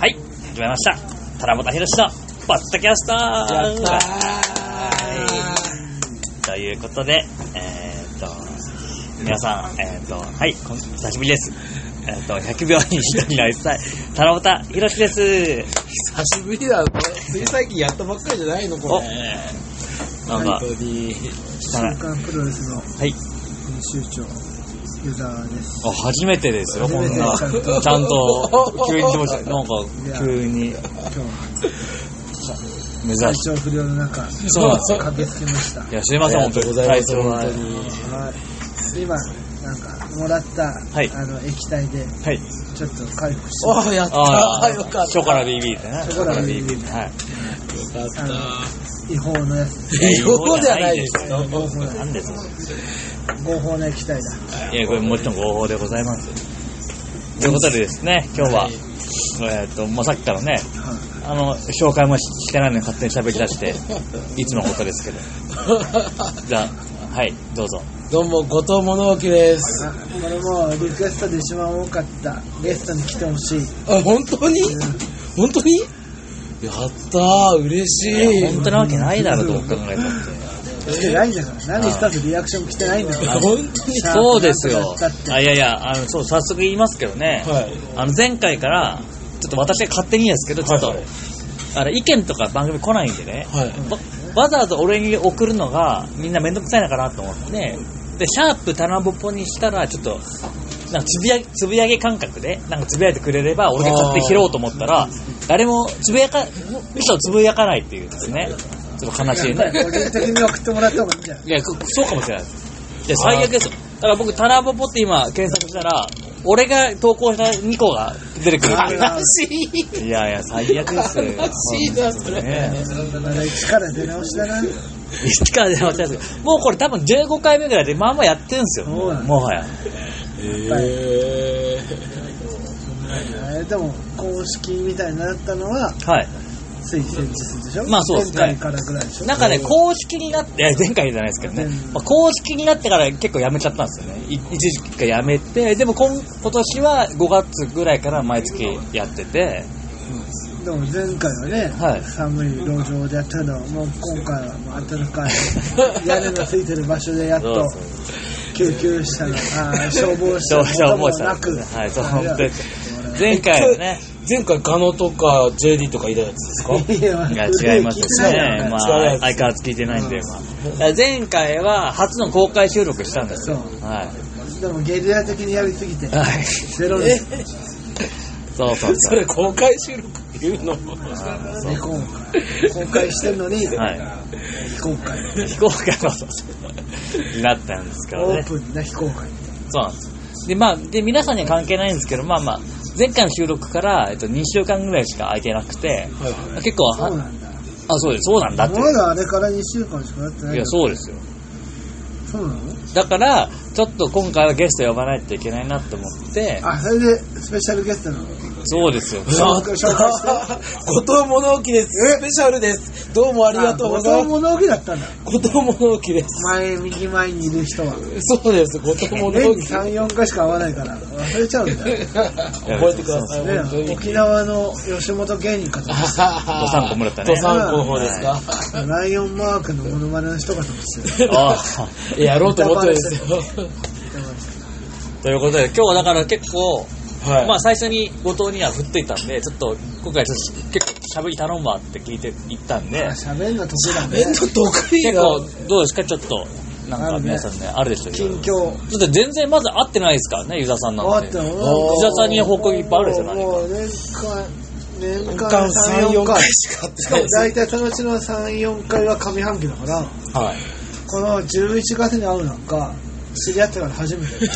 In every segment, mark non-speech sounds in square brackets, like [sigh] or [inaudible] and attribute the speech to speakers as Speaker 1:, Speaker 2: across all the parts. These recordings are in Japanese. Speaker 1: 始めました。タラボタヒロシのバッタキャスタ
Speaker 2: やった
Speaker 1: ー
Speaker 2: ー
Speaker 1: ということで、えー、っと、皆さん、えー、っと、はい、こん久しぶりです。えー、っと、100秒に一人の一歳、タラボタヒロシです。
Speaker 2: 久しぶりだこれつい最近やったばっかりじゃないのこ
Speaker 1: お
Speaker 2: れ
Speaker 1: なんか
Speaker 2: 本、当に
Speaker 3: 週刊プロレスの
Speaker 1: はい。
Speaker 3: 編集長、湯沢です。
Speaker 1: あ初めてですよ、こんな。
Speaker 3: 初めて
Speaker 1: ちゃんと、急に
Speaker 2: [laughs]
Speaker 1: 来ましたなんか、急に、
Speaker 3: 今日、
Speaker 1: 珍
Speaker 3: 体
Speaker 1: しい。
Speaker 3: 調不良の中、
Speaker 1: そうなんですよ
Speaker 3: 駆けつけました。はい
Speaker 1: や、すいません、
Speaker 2: あ
Speaker 1: 本
Speaker 2: り
Speaker 1: 当
Speaker 2: がとう
Speaker 1: に。
Speaker 2: ございま
Speaker 1: 体
Speaker 2: す
Speaker 1: 調が
Speaker 2: 本当に
Speaker 3: い。今、なんか、もらった、
Speaker 1: い
Speaker 3: あの、液体で、
Speaker 1: はい。
Speaker 3: ちょっと回復して、
Speaker 2: おやった
Speaker 1: ああ、
Speaker 2: [laughs] ーよかった
Speaker 1: ショコラ BB ってね。
Speaker 3: ショコラ BB
Speaker 1: はい。
Speaker 2: よかった
Speaker 3: あ
Speaker 2: ー
Speaker 3: の、違法のやつ、
Speaker 2: 違法じゃないです
Speaker 1: な
Speaker 2: よ
Speaker 1: んですよ
Speaker 3: 合法の液体だ。
Speaker 1: いや、これもちろん合法でございます。ということでですね、今日は、
Speaker 2: はい
Speaker 1: えっ、と、まあ、さっきからね、
Speaker 3: はい
Speaker 1: あの、紹介もししてないのに勝手に喋り出して、いつものことですけど。
Speaker 2: [laughs]
Speaker 1: じゃあ、はい、どうぞ。
Speaker 2: どうも後藤物置です
Speaker 3: あこれもリクエストで一番多かったゲストに来てほしい、
Speaker 2: あ本当に
Speaker 3: うん
Speaker 2: 本当にやったー嬉し
Speaker 1: い
Speaker 2: い
Speaker 1: や本当なわけないだろ、どう考えたって。
Speaker 3: 来てないんだから何したってリアクション来てないんだから
Speaker 2: 本当に
Speaker 3: シャープ
Speaker 1: そうですよ
Speaker 3: なんとかだった。っ
Speaker 1: あ、いやいや、あの、そう、早速言いますけどね。
Speaker 2: はい
Speaker 1: あの前回から、ちょっと私が勝手にですけど、ちょっと、
Speaker 2: はいはい
Speaker 1: あれ意見とか番組来ないんでね、
Speaker 2: はい
Speaker 1: わわざわざ俺に送るのがみんなめんどくさいのかなと思って、で、シャープ棚ぼっぽにしたら、ちょっと、なんかつぶやつぶやげ感覚で、なんかつぶやいてくれれば、俺が勝手に拾おうと思ったら、誰もつぶやか、むしろつぶやかないっていうですね、ちょっと悲しいね。
Speaker 3: 個人的に送ってもらった方がいいんじゃん
Speaker 1: いや、こそうかもしれないです。いや、最悪ですよ。だから僕、タラボポって今検索したら、俺が投稿した2個が出てくる。
Speaker 2: 悲しい
Speaker 1: いやいや、最悪ですよ。
Speaker 2: 悲しいなそれ
Speaker 1: ね
Speaker 3: まだ一から出直しだな
Speaker 1: 一から出直したんですけ [laughs] どもうこれ多分15回目ぐらいで、まあまあやってるんですよ。
Speaker 3: そうなんだ
Speaker 1: もはや。
Speaker 2: へ
Speaker 3: えーでも公式みたいになったのは
Speaker 1: はい。
Speaker 3: つい先日でしょ
Speaker 1: まあそうですね
Speaker 3: 前回からぐらいでしょ
Speaker 1: なんかね、公式になって、いや前回じゃないですけどね、
Speaker 3: うん
Speaker 1: まあ、公式になってから結構やめちゃったんですよね。い一時期やめて、でも今今年は5月ぐらいから毎月やってて、
Speaker 3: でも前回はね、
Speaker 1: はい
Speaker 3: 寒い路上でやったのをもう今回はもう暖かい屋根のついてる場所でやっ
Speaker 1: そう
Speaker 3: と
Speaker 1: そう
Speaker 3: 救急車のあー消防
Speaker 1: 消
Speaker 3: 車
Speaker 1: 消防
Speaker 3: のこと
Speaker 1: 車
Speaker 3: もなく
Speaker 1: はい、そう
Speaker 3: あれだ
Speaker 1: で前回は
Speaker 3: [laughs]
Speaker 1: ね、
Speaker 2: ー前回ガノとか JD とかいたやつですか
Speaker 3: いや
Speaker 1: いや違い
Speaker 3: [laughs]
Speaker 1: ます
Speaker 3: 古
Speaker 1: ね
Speaker 3: 聞いてない
Speaker 1: まあ、
Speaker 3: よ。
Speaker 2: 違います
Speaker 1: 相変わらず聞いてないんで、まあ。だから前回は初の公開収録したんですよ。
Speaker 3: そう
Speaker 1: はい。
Speaker 3: でもゲリラ的にやりすぎて、
Speaker 1: はい。
Speaker 3: ゼロです。
Speaker 1: そうそう
Speaker 2: そ
Speaker 1: そう。
Speaker 2: れ公開収録っていうの
Speaker 3: 未公開。公開してるのに、非
Speaker 1: は
Speaker 3: 公開。
Speaker 1: い。非公開のそうそうなったんですけど
Speaker 3: オ
Speaker 1: ね
Speaker 3: ー。プンな非公開。
Speaker 1: そうなんです。で、まあ、で、皆さんには関係ないんですけど、まあまあ、前回の収録から、えっと、2週間ぐらいしか空いてなくて、結構、
Speaker 3: そうな
Speaker 1: は
Speaker 3: んだ。
Speaker 1: あ、そうです、そうなんだって。
Speaker 3: まだあれから2週間しかやってない
Speaker 1: いや、そうですよ。
Speaker 3: う。そうなの
Speaker 1: だから、ちょっと今回はゲスト呼ばないといけないなと思って、
Speaker 3: あ、それでスペシャルゲストなの。
Speaker 1: そう
Speaker 3: [laughs]
Speaker 1: ですよ。
Speaker 2: やった
Speaker 3: 紹介して
Speaker 2: ー後藤物置ですスペシャルですどうもありがとうございます
Speaker 3: 子供の時だったんだ。
Speaker 2: 後藤物置です
Speaker 3: 前、右前にいる人は。
Speaker 2: そうです後藤物
Speaker 3: 年
Speaker 2: 置
Speaker 3: に3、4回しか会わないから、忘れちゃうん
Speaker 1: [laughs]
Speaker 3: だよ。
Speaker 2: 覚えてください本当
Speaker 3: ね、
Speaker 2: [laughs] に
Speaker 3: 沖縄の吉本芸人かと思
Speaker 2: ど
Speaker 1: さ
Speaker 2: さ
Speaker 1: んこもらったね
Speaker 2: どさんこの方ですか
Speaker 3: ってライオンマークのモノマネの人かと思ってたよ
Speaker 1: あ
Speaker 2: いややろうと思ってるんですよ
Speaker 1: ということで、今日はだから結構、
Speaker 2: はい
Speaker 1: まあ最初に後藤には振っといたんで、ちょっと今回ちょっと結構喋り頼むわって聞いていったんで、
Speaker 3: 喋んの得意だ
Speaker 2: 面
Speaker 3: ね。
Speaker 2: 倒得意
Speaker 1: 結
Speaker 2: が
Speaker 1: 構どうですかちょっと、なんか皆さんね、あるでしょいろい
Speaker 3: 近
Speaker 1: ろ
Speaker 3: 況。
Speaker 1: だって全然まず会ってないですからね、ユダさんなん
Speaker 3: あ
Speaker 1: て。
Speaker 3: っても
Speaker 2: おー
Speaker 1: 藤田さんに報告いっぱいあるでしょ何か
Speaker 3: もう年間、年
Speaker 2: 年
Speaker 3: 間
Speaker 2: 間3、
Speaker 3: 3、4
Speaker 2: 4
Speaker 3: 回
Speaker 2: 回。しか会って
Speaker 3: し
Speaker 2: な
Speaker 3: か
Speaker 2: い
Speaker 3: も
Speaker 2: です
Speaker 3: [laughs] 大体そのうちの3、4回は上半期だから、
Speaker 1: はい。
Speaker 3: この11月に会うなんか、知り合ってから初
Speaker 1: [laughs]
Speaker 3: めて。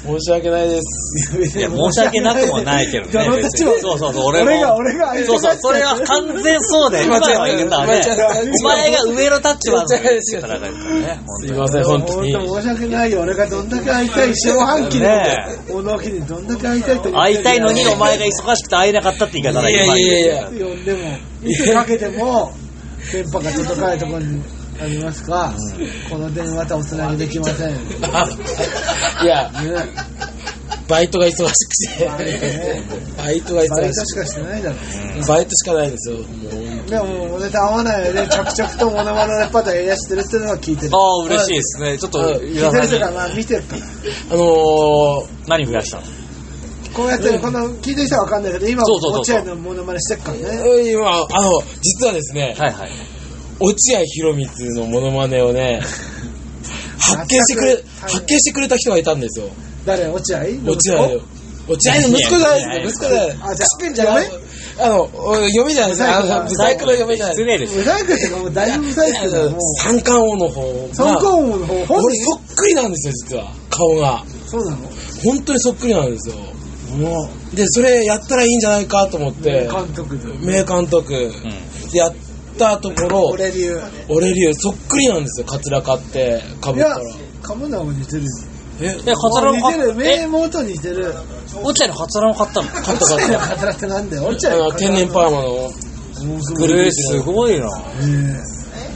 Speaker 2: 申し訳ないです
Speaker 1: いや、申し訳なくもない
Speaker 2: [laughs]
Speaker 1: けどね。
Speaker 3: どの
Speaker 1: 別
Speaker 3: 立
Speaker 1: に
Speaker 3: 場
Speaker 1: そうそうそう、俺も。
Speaker 3: 俺が、俺が相手
Speaker 1: そうそう、それは
Speaker 3: だって
Speaker 1: 完全そうだよ。今
Speaker 2: 今
Speaker 1: の
Speaker 2: ちゃん
Speaker 1: は言うたらね
Speaker 2: 今ちゃん
Speaker 1: お前が上の立場の
Speaker 2: 今ちゃんですよ
Speaker 1: からだからね。本当
Speaker 2: す
Speaker 1: に
Speaker 2: いません本当に
Speaker 3: 本当申し訳ないよ。俺がどんだけ会いたい、下半期
Speaker 1: ね
Speaker 3: で、この期にどんだけ会いたいと
Speaker 1: 会いたいのにお前が忙しくて会えなかったって言い方だ
Speaker 2: いやいやいやいや
Speaker 3: 呼んでも、いつかけても、電波が届かないところにありますが、この電話とおつなぎできません。
Speaker 2: いや
Speaker 3: ね
Speaker 2: バイトが忙しくて
Speaker 3: バイトね。
Speaker 2: バイトが忙し
Speaker 3: バイト
Speaker 2: く
Speaker 3: しかしてないだろ。
Speaker 2: て。バイトしかないんですよ。もう。
Speaker 3: でも、俺と合わないで、着々とモノマネのレパートリーやりやしてるっていうのは聞いてる。
Speaker 1: ああ、嬉しいですね。ちょっと、
Speaker 2: はい
Speaker 1: ゆ
Speaker 3: 聞
Speaker 1: ら
Speaker 3: い
Speaker 1: さ
Speaker 3: てる人
Speaker 1: ん
Speaker 3: が
Speaker 1: に
Speaker 3: まあ見てるから。
Speaker 2: あのー、
Speaker 1: 何増やしたの
Speaker 3: こうやってる、この、聞いてる人はわかんないけど、今、
Speaker 1: そうそうそう
Speaker 3: 落合のモノマネしてるからね。
Speaker 2: 今、あの、実はですね、
Speaker 1: はいはい。
Speaker 2: 落合博光のモノマネをね、発見してく
Speaker 3: 全
Speaker 2: れ、
Speaker 3: く
Speaker 2: 発見してくれた人がいたんですよ。
Speaker 3: 誰落合落
Speaker 2: 落合の。落合の息子じゃないですよ、息子じゃない。
Speaker 3: あ、じゃあ、
Speaker 2: じゃあ、あの、嫁じゃないです
Speaker 3: ブサイク
Speaker 2: あのブサイクの嫁じゃない
Speaker 1: 失礼ですよ。
Speaker 3: うざいくてか、もうだいぶうざいくてだよ、もう。
Speaker 2: 三冠王の方が。
Speaker 3: 三冠王の方、本
Speaker 2: 俺
Speaker 3: 人
Speaker 2: そっくりなんですよ、実は。顔が。
Speaker 3: そうなの
Speaker 2: 本当にそっくりなんですよ。
Speaker 3: もう、
Speaker 2: で、それやったらいいんじゃないかと思って、
Speaker 3: 監督の。
Speaker 2: 名監督。
Speaker 1: うん。
Speaker 2: で、やったところ、
Speaker 3: 俺流。
Speaker 2: 俺流そっくりなんですよカツラ買ってか
Speaker 3: い
Speaker 2: ぶった
Speaker 3: や
Speaker 2: ら、
Speaker 3: 鴨田も似てるよ。
Speaker 2: え
Speaker 1: で、カツラも
Speaker 3: 似て
Speaker 1: 買
Speaker 3: る、
Speaker 1: った。え
Speaker 3: 名、元似てる。
Speaker 1: 落合のカツラも買ったの
Speaker 2: 買った
Speaker 3: 落
Speaker 2: 買
Speaker 3: 合
Speaker 2: った
Speaker 3: のカツラってなんだよ、落
Speaker 2: あ
Speaker 3: 合の
Speaker 2: の天然パーマの
Speaker 3: ー
Speaker 2: グループ
Speaker 1: えー、すごいな。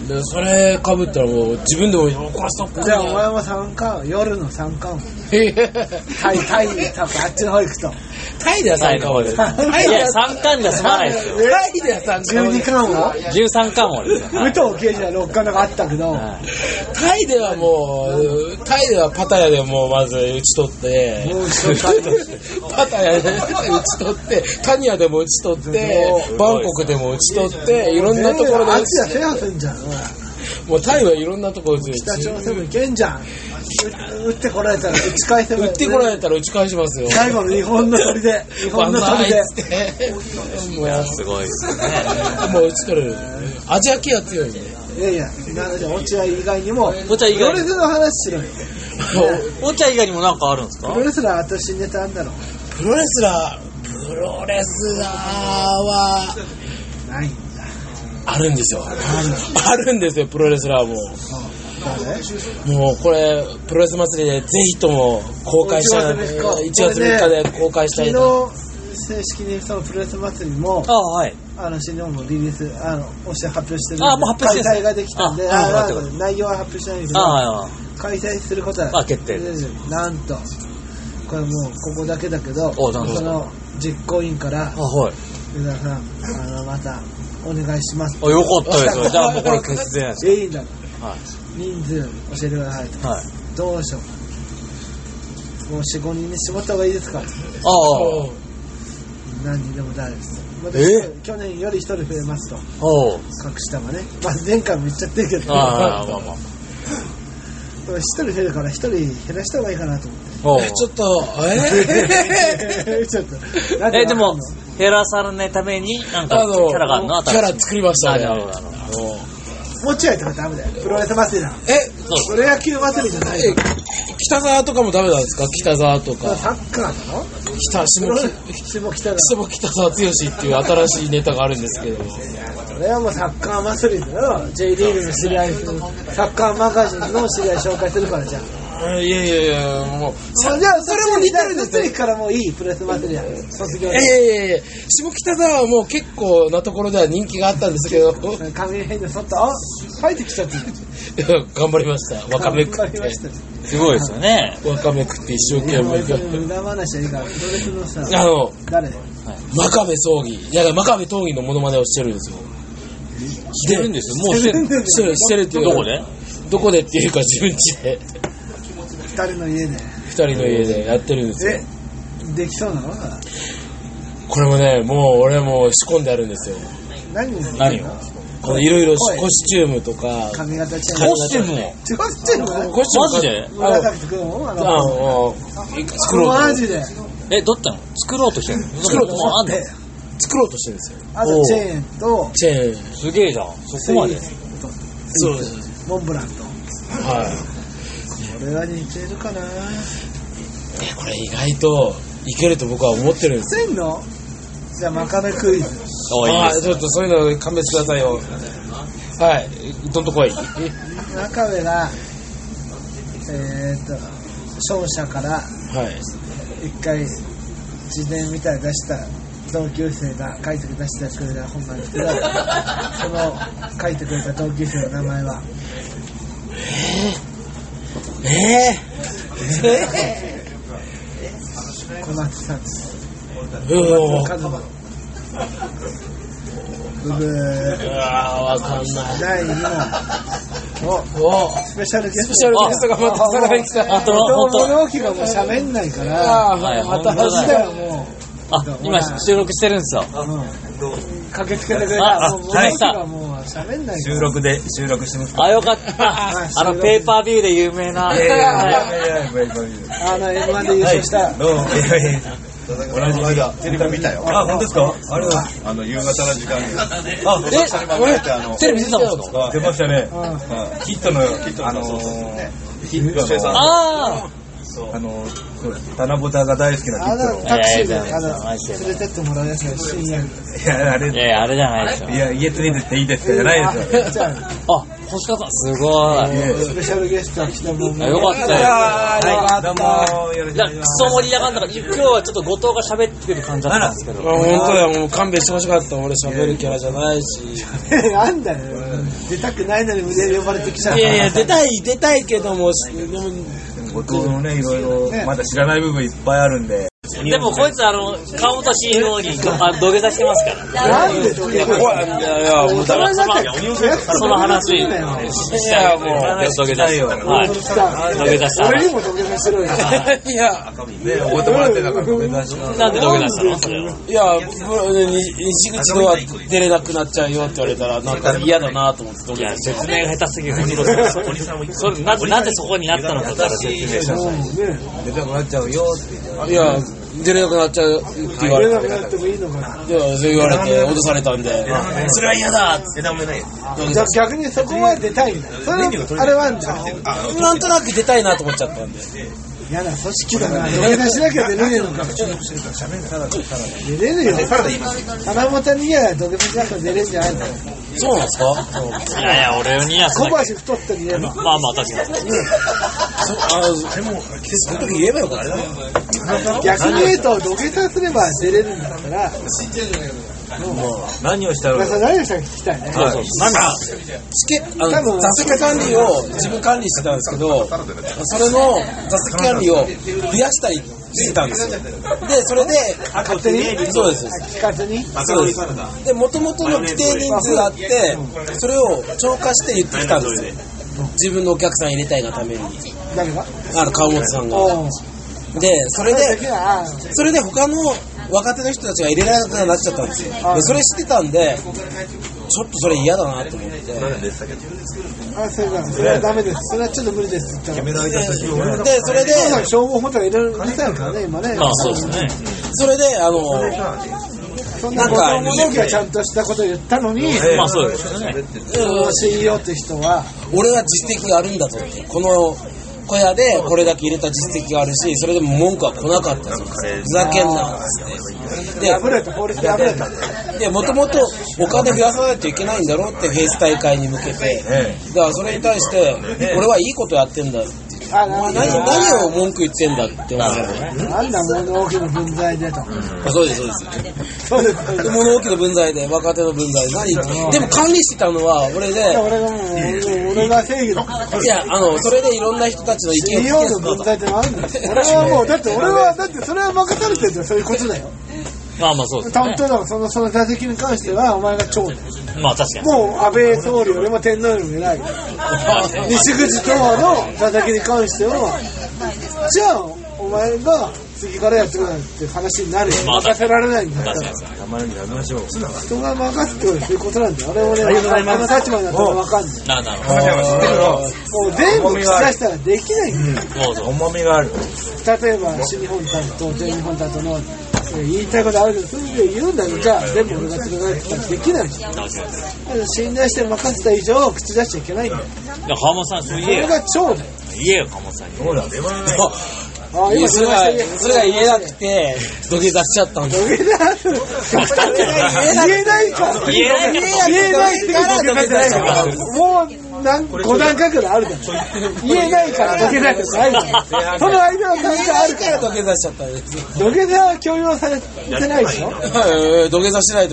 Speaker 2: でそれかぶったらもう自分でも「これそっくり
Speaker 3: じゃあ、お
Speaker 2: だ
Speaker 3: 前も三冠、夜の三冠。
Speaker 2: えへへへ
Speaker 3: タイ、タイ、多分あっちの方行くと。
Speaker 2: タイでは3冠まで
Speaker 3: タイでは
Speaker 2: タイ
Speaker 1: い
Speaker 2: で
Speaker 1: や、
Speaker 2: は
Speaker 1: 3巻じゃ済まないですよ。
Speaker 2: タイでは3冠ま
Speaker 3: 12
Speaker 2: で
Speaker 3: 冠を
Speaker 1: 13巻もですよ。は
Speaker 3: 武
Speaker 1: い
Speaker 3: 藤刑事は六冠のがあったけど、
Speaker 1: はい
Speaker 2: タイではもうタイではパタヤでもうまず打ち取って
Speaker 3: もう一度勝って
Speaker 2: パタヤで打ち取ってタニアでも打ち取って
Speaker 3: す
Speaker 2: バンコクでも打ち取っていろんなところで
Speaker 3: ア
Speaker 2: 打
Speaker 3: ジア
Speaker 2: ち
Speaker 3: フェアすんじゃん。おい
Speaker 2: もうタイはいろんなところで打
Speaker 3: 北
Speaker 2: ち
Speaker 3: 朝鮮も行けんじゃん。打ってこられたら打ち返せば
Speaker 2: 打ってこられたら打ち返しますよ
Speaker 3: 最後の日本の鳥で、日本の鳥で。
Speaker 2: [laughs] もうや
Speaker 1: すごいですね。
Speaker 2: もう打ち取れる。アジア系は強 [laughs] いね。
Speaker 3: いやいや、なので落合以外にも、プ
Speaker 1: 落合以
Speaker 3: ロ
Speaker 1: 外
Speaker 3: レ
Speaker 1: に、
Speaker 3: スの話しろよ。
Speaker 1: 落合以外にもなんかあるんです
Speaker 3: プ
Speaker 1: か
Speaker 3: ロレスラーと死んでたんだろう。
Speaker 2: プロレスラー、プロレスラーは、
Speaker 3: ないんだ。
Speaker 2: あるんですよ。あるんですよ、プロレスラーも。
Speaker 3: 誰
Speaker 2: もうこれ、プロレス祭りでぜひとも公開したい。1
Speaker 3: 1
Speaker 2: 月3
Speaker 3: 月3
Speaker 2: 日
Speaker 3: 日
Speaker 2: で公開した
Speaker 3: 昨
Speaker 2: い
Speaker 3: 日
Speaker 2: な。
Speaker 3: 正式にそのプロレス祭りも
Speaker 1: あ、はい。
Speaker 3: あの新日本もリリースあのおして発表してるんで
Speaker 1: あもう発表してるんですね
Speaker 3: 開催ができたんで
Speaker 1: ああよか
Speaker 3: あ
Speaker 1: った
Speaker 3: あ
Speaker 1: よかっ
Speaker 3: 内容は発表してないんですけ
Speaker 1: あ
Speaker 3: ど
Speaker 1: あ、はい
Speaker 3: 開催することは
Speaker 1: あ決定で
Speaker 3: なんとこれもうここだけだけど
Speaker 1: お
Speaker 3: こ
Speaker 1: なんですか
Speaker 3: の実行委員から
Speaker 1: あ、はい。
Speaker 3: 上田さんあのまたお願いします
Speaker 1: あ、よかったですよ。じゃあもうこれ決定なんです
Speaker 3: えいいんだ
Speaker 1: かは
Speaker 3: 人数教えてくださいと
Speaker 1: い。はい。
Speaker 3: どうしようもう45人に絞った方がいいですか
Speaker 1: ああ。
Speaker 3: 何人でも誰ですまた
Speaker 1: え
Speaker 3: 去年より1人増えますと
Speaker 1: おう
Speaker 3: 隠したがね、まあ、前回も言っちゃってるけど
Speaker 1: ああ、まあまあ。
Speaker 3: 1人減るから1人減らした方がいいかなと思って
Speaker 1: おう
Speaker 2: えちょっと、
Speaker 1: [laughs]
Speaker 2: え
Speaker 3: ちょっとなん
Speaker 1: え、
Speaker 3: で
Speaker 1: でも、減らされないために、なんか、
Speaker 2: [laughs] あ
Speaker 1: キ
Speaker 2: の、
Speaker 1: ャラがあるの
Speaker 2: キャラ作りましたね。
Speaker 1: あなるほどなる
Speaker 2: もう
Speaker 3: 持ち合いとかダメだよプロレス祭りだ
Speaker 2: え、
Speaker 3: プロ野球祭りじゃない
Speaker 2: え
Speaker 3: よ
Speaker 2: 北沢とかもダメなんですか北沢と
Speaker 3: それは
Speaker 2: か。
Speaker 3: サッカーなの
Speaker 2: 北、
Speaker 3: プロ
Speaker 2: 下
Speaker 3: レ
Speaker 2: 北
Speaker 3: ス下北だ
Speaker 2: 下北沢剛っていう新しいネタがあるんですけど。
Speaker 3: それはもうサッカー祭りだよ J リーグの知り合いサッカーマガジンの知り合い紹介するからじゃあ
Speaker 2: いやいやいや、もう。
Speaker 3: そじゃあそれも似てるんです
Speaker 2: よ
Speaker 3: すからもういいプロレス祭りだよ卒業
Speaker 2: いやいやいや下北沢はもう結構なところでは人気があったんですけど、 [laughs] 頑
Speaker 3: 紙編でそっとあ入ってきちゃって
Speaker 2: 張りました。わかめ食
Speaker 3: 頑
Speaker 2: っ
Speaker 3: 張
Speaker 2: て。
Speaker 3: りました
Speaker 1: すごいですよね。
Speaker 2: わかめ食って一生
Speaker 3: い
Speaker 2: 懸
Speaker 3: やもう
Speaker 2: 命
Speaker 3: 別に無駄話はいいからプロレスのさ
Speaker 2: あの、
Speaker 3: 誰
Speaker 2: 真壁葬儀。いや、真壁葬儀のモノマネをしてるんですよ。
Speaker 1: してるんですよ。もうしてる。
Speaker 2: してる、してるっていうか
Speaker 1: どこで
Speaker 2: どこでっていうか自分家で、
Speaker 3: 二人の家で
Speaker 2: 二人の家でやってるんですよ。
Speaker 3: えできそうなの
Speaker 2: これもね、もう俺も仕込んであるんですよ。
Speaker 3: 何を
Speaker 1: 何を
Speaker 2: このいろいろ
Speaker 3: はい
Speaker 2: コスチュームとか、
Speaker 3: 髪型チェン
Speaker 1: コスチュームを。
Speaker 3: ジコスチューム
Speaker 2: コスチューム
Speaker 1: マジで
Speaker 2: あの
Speaker 3: 紫君をあ
Speaker 2: あの、
Speaker 3: の
Speaker 2: 作ろう
Speaker 3: マ
Speaker 2: と、
Speaker 3: ジで
Speaker 1: え、どったの作ろうとしてるの
Speaker 2: 作ろうとしてる
Speaker 1: もあんの
Speaker 3: で
Speaker 2: 作ろうとしてるんですよ。
Speaker 3: あとチェーンと
Speaker 2: チェーン。
Speaker 1: すげえじゃん。そこまで。
Speaker 2: そうで
Speaker 3: モンブランとこ
Speaker 2: は
Speaker 3: れは似てるかな似
Speaker 2: い。え、これ意外といけると僕は思ってるんです
Speaker 3: てんのじゃあマカメクイズ
Speaker 1: おいい
Speaker 2: あ
Speaker 1: です
Speaker 2: ちょっとそういうの勘弁してくださいよ。はい。どんとこい。は
Speaker 3: 真壁がえーっと商社から
Speaker 2: い。
Speaker 3: 一回自伝みたいに出した同級生が書いて出してくれた本なんですけどその書いてくれた同級生の名前は
Speaker 2: ねえ。
Speaker 3: 松さんです
Speaker 2: お
Speaker 3: 松
Speaker 2: ー
Speaker 3: 和馬ブブー
Speaker 2: あーわかんない
Speaker 3: 第2問お
Speaker 2: おー
Speaker 3: スペシャルゲス
Speaker 2: スペ
Speaker 3: ト
Speaker 2: シャルゲストがまたさらに来た
Speaker 1: 本当
Speaker 3: 伊
Speaker 1: 本
Speaker 3: 藤
Speaker 1: 当
Speaker 3: 物置がもう喋んないから
Speaker 2: あ
Speaker 1: はい
Speaker 2: ーまた
Speaker 1: 本当
Speaker 3: 明
Speaker 1: だ
Speaker 3: 日
Speaker 2: だ
Speaker 3: はも
Speaker 1: あ今収録してるんですよ
Speaker 3: う、うん、駆けつけてくれた
Speaker 1: あ
Speaker 3: もう
Speaker 1: あは
Speaker 3: 物
Speaker 1: い
Speaker 3: 置がもう喋んないか
Speaker 4: 収
Speaker 3: ら
Speaker 4: 録で、収録してますか
Speaker 1: あよかったあのペーパービューで有名ない
Speaker 4: やいや
Speaker 1: は
Speaker 4: いやいやいやいやいやいや
Speaker 3: あの m 1で優勝した、
Speaker 4: どうも、いやいやいや同じ日が。
Speaker 5: テレビ見たよ。
Speaker 4: あ、本当ですかあれは。
Speaker 5: あの、夕方の時間に。
Speaker 4: あ、
Speaker 5: え俺ってあの
Speaker 1: い、テレビ出てたんですか
Speaker 4: 出ましたね。
Speaker 3: うん
Speaker 4: ヒットの、あの
Speaker 5: そうそうそうね
Speaker 4: ー、ヒッ
Speaker 5: 吉江
Speaker 4: ト
Speaker 5: さん
Speaker 4: の、
Speaker 1: あ
Speaker 4: あのー、そうタナボタが大好きなヒ
Speaker 3: あ
Speaker 4: ッ
Speaker 3: の
Speaker 4: トの。
Speaker 3: タクシーで、
Speaker 1: いやいや
Speaker 3: あ
Speaker 1: マジ
Speaker 3: の
Speaker 1: で
Speaker 3: 連れてってもらうやつが深夜に
Speaker 4: いや、あれ、
Speaker 1: あいやいやあれじゃないですよ
Speaker 4: いや、家連れてっていいですかじゃないですよ。
Speaker 3: じゃあ
Speaker 1: あ星川さんすごい
Speaker 3: スペシャルゲストが来たもん
Speaker 1: あよかったよ
Speaker 4: はい、どうも、よろし
Speaker 1: い
Speaker 4: くお
Speaker 1: や、
Speaker 4: 願いし
Speaker 1: ク
Speaker 4: ます
Speaker 1: ソ。盛り上がんなかった。今日はちょっと後藤が喋ってる感じだったんですけど。
Speaker 2: あ本当だよもう勘弁してほしかった俺喋るキャラじゃないし
Speaker 3: なんだよ出たくないのに無理やり呼ばれてきちゃう
Speaker 2: いやいや出たい出た [laughs] いけどもしでも
Speaker 4: 後藤のね、いろいろ、まだ知らない部分いっぱいあるんで。
Speaker 1: でもこいつ、あの、川本 CEO にあ土下座してますから。
Speaker 3: なんで土下座
Speaker 2: 怖いいやいやもう
Speaker 1: そ
Speaker 2: だ
Speaker 1: の
Speaker 2: から
Speaker 1: そのその話。
Speaker 3: いや
Speaker 2: いやもう
Speaker 1: 土下座してはい。土下座した話
Speaker 3: 俺に。も土下座しろよ
Speaker 2: いや
Speaker 4: ね、覚えてもらってたから、ごめんなさい。
Speaker 1: なんで土下座したのそれは。
Speaker 2: いやぶに西口ドア出れなくなっちゃうよって言われたらなんか嫌だなと思って
Speaker 1: いや、説明が下手すぎる。それなぜ、なぜそこになったのかから説明しまし
Speaker 4: 出たくなっちゃうよって言っ
Speaker 2: いや出れなくなっちゃうって言わ
Speaker 3: 俺
Speaker 2: れ
Speaker 3: ら
Speaker 2: て
Speaker 3: もやってもいいのかな
Speaker 2: ではそう言われて脅されたんでそれは嫌だって
Speaker 5: 枝豆ない。
Speaker 3: じゃあ逆にそこは出たいんだそれあれはあんだ
Speaker 5: あ、
Speaker 2: なんとなく出たいなと思っちゃったんで
Speaker 3: 嫌な組織だな土下座しなきゃ出れねえの [laughs] か出れるよ花本にや土下座しなきゃ出れんじゃないの
Speaker 2: そうなんですか
Speaker 1: た。いやいや、俺にはそん
Speaker 3: 小
Speaker 1: な
Speaker 3: 橋太って言えば
Speaker 1: まあまあ、確かに。
Speaker 2: そあでもその時言えばよかった
Speaker 3: 逆に言うと土下座すれば出れるんだったら
Speaker 4: た。何をしたら
Speaker 3: まあ、それ何をしたか聞きたいね。
Speaker 1: そうそう。
Speaker 2: チケあ
Speaker 3: 多
Speaker 2: の
Speaker 3: 分
Speaker 2: 座席管理を自分管理してたんですけどそれの座席管理を増やしたりしてたんですよでそれで
Speaker 3: 勝手に
Speaker 2: そうです
Speaker 3: 聞かずに。
Speaker 2: そうですで元々の規定人数があってそれを超過して言ってきたんですよ自分のお客さん入れたいがために
Speaker 3: 誰が
Speaker 2: あの川本さんが
Speaker 3: おう
Speaker 2: でそれ
Speaker 3: だ
Speaker 2: で
Speaker 3: けはあ
Speaker 2: それで他の若手の人たちが入れられなくなっちゃったんですよでそれ知ってたんでちょっとそれ嫌だなと思って
Speaker 3: あ、それだ。それはダメです。それはちょっと無理ですって言ったら。
Speaker 4: られた先を俺
Speaker 2: でそれで
Speaker 3: お父さん消防本とかいろいろ見たいからね、今ね。
Speaker 1: まあ、そうですね。
Speaker 2: それであの
Speaker 3: そんな子供の時はちゃんとしたこと言ったのに、
Speaker 1: まあ、そうですよね。
Speaker 3: その CEO って人は、
Speaker 2: 俺は実績があるんだぞってこの小屋でこれだけ入れた実績があるしそれでも文句は来なかったそうですふざけんなっつってで
Speaker 3: 破れた、法律で破れた。
Speaker 2: で、もともとお金増やさないといけないんだろうってフェイス大会に向けて、
Speaker 4: え
Speaker 2: だからそれに対して、俺はいいことやってんだ、
Speaker 3: あ、
Speaker 2: お前
Speaker 3: なんだ
Speaker 2: 何、何を文句言ってんだって思うね。
Speaker 3: なんだ、物置の分際でと。
Speaker 2: そうです、そうです。
Speaker 3: そうです。そうです
Speaker 2: 物置の分際で、若手の分際で、何言ってでも管理してたのは俺で、
Speaker 3: 俺がもう、俺が正義だ。
Speaker 2: いや、あの、それでいろんな人たちの意見
Speaker 3: CEO
Speaker 2: を聞け
Speaker 3: の分際ってのはあるんだよ。俺はもう、だって俺は、だってそれは任されてるじゃん、そういうことだよ。
Speaker 1: まあまあ、そうです
Speaker 3: 担
Speaker 1: ね
Speaker 3: 当。だからそのその座席に関してはお前が長だよ
Speaker 1: まあ、確かに。
Speaker 3: もう安倍総理よりも天皇よりも偉い西口党の座席に関してはじゃあお前が次からやってくださいって話になるよ
Speaker 1: まあ
Speaker 3: 任せられないんだか
Speaker 1: 確からに。
Speaker 4: たまにやめましょう。
Speaker 3: 人が任すってことはそういうことなんだよあれ俺あの立場になったら分かんない
Speaker 1: [laughs] なるほ
Speaker 2: ど。
Speaker 3: もう全部聞き出したらできないんだよ
Speaker 1: ど。どうぞ。
Speaker 4: 重みがある。
Speaker 3: 例えば新日本担当全日本担当の言いたいことあるけどそれで言うんだけどじゃあ全部俺が連れてったらできないじゃん
Speaker 1: 確かに
Speaker 3: 信頼して任せた以上口出しちゃいけないんだよ
Speaker 1: いや、川本さん、そう
Speaker 3: そ
Speaker 1: 言え
Speaker 3: れ
Speaker 1: よ。
Speaker 3: が超だよ。
Speaker 1: 言えよ、川本さんに。
Speaker 4: そうだ、出まない。
Speaker 3: あ
Speaker 2: いやそれが
Speaker 3: 言いました
Speaker 2: それが言えなくて、土下座しちゃったんです。
Speaker 3: 言えない。言えないから。
Speaker 1: 言えないから
Speaker 3: 言えないから土下座しないもう、なん、5段階ぐらいあるじゃん。言えないから土下座ってないじゃん。その間は
Speaker 2: 言
Speaker 3: 何
Speaker 2: えな
Speaker 3: かあ
Speaker 2: い
Speaker 3: るか
Speaker 2: から土下座しちゃったんです。
Speaker 3: ら。土下座は強要されてないでしょ
Speaker 2: [laughs] はい土下座しない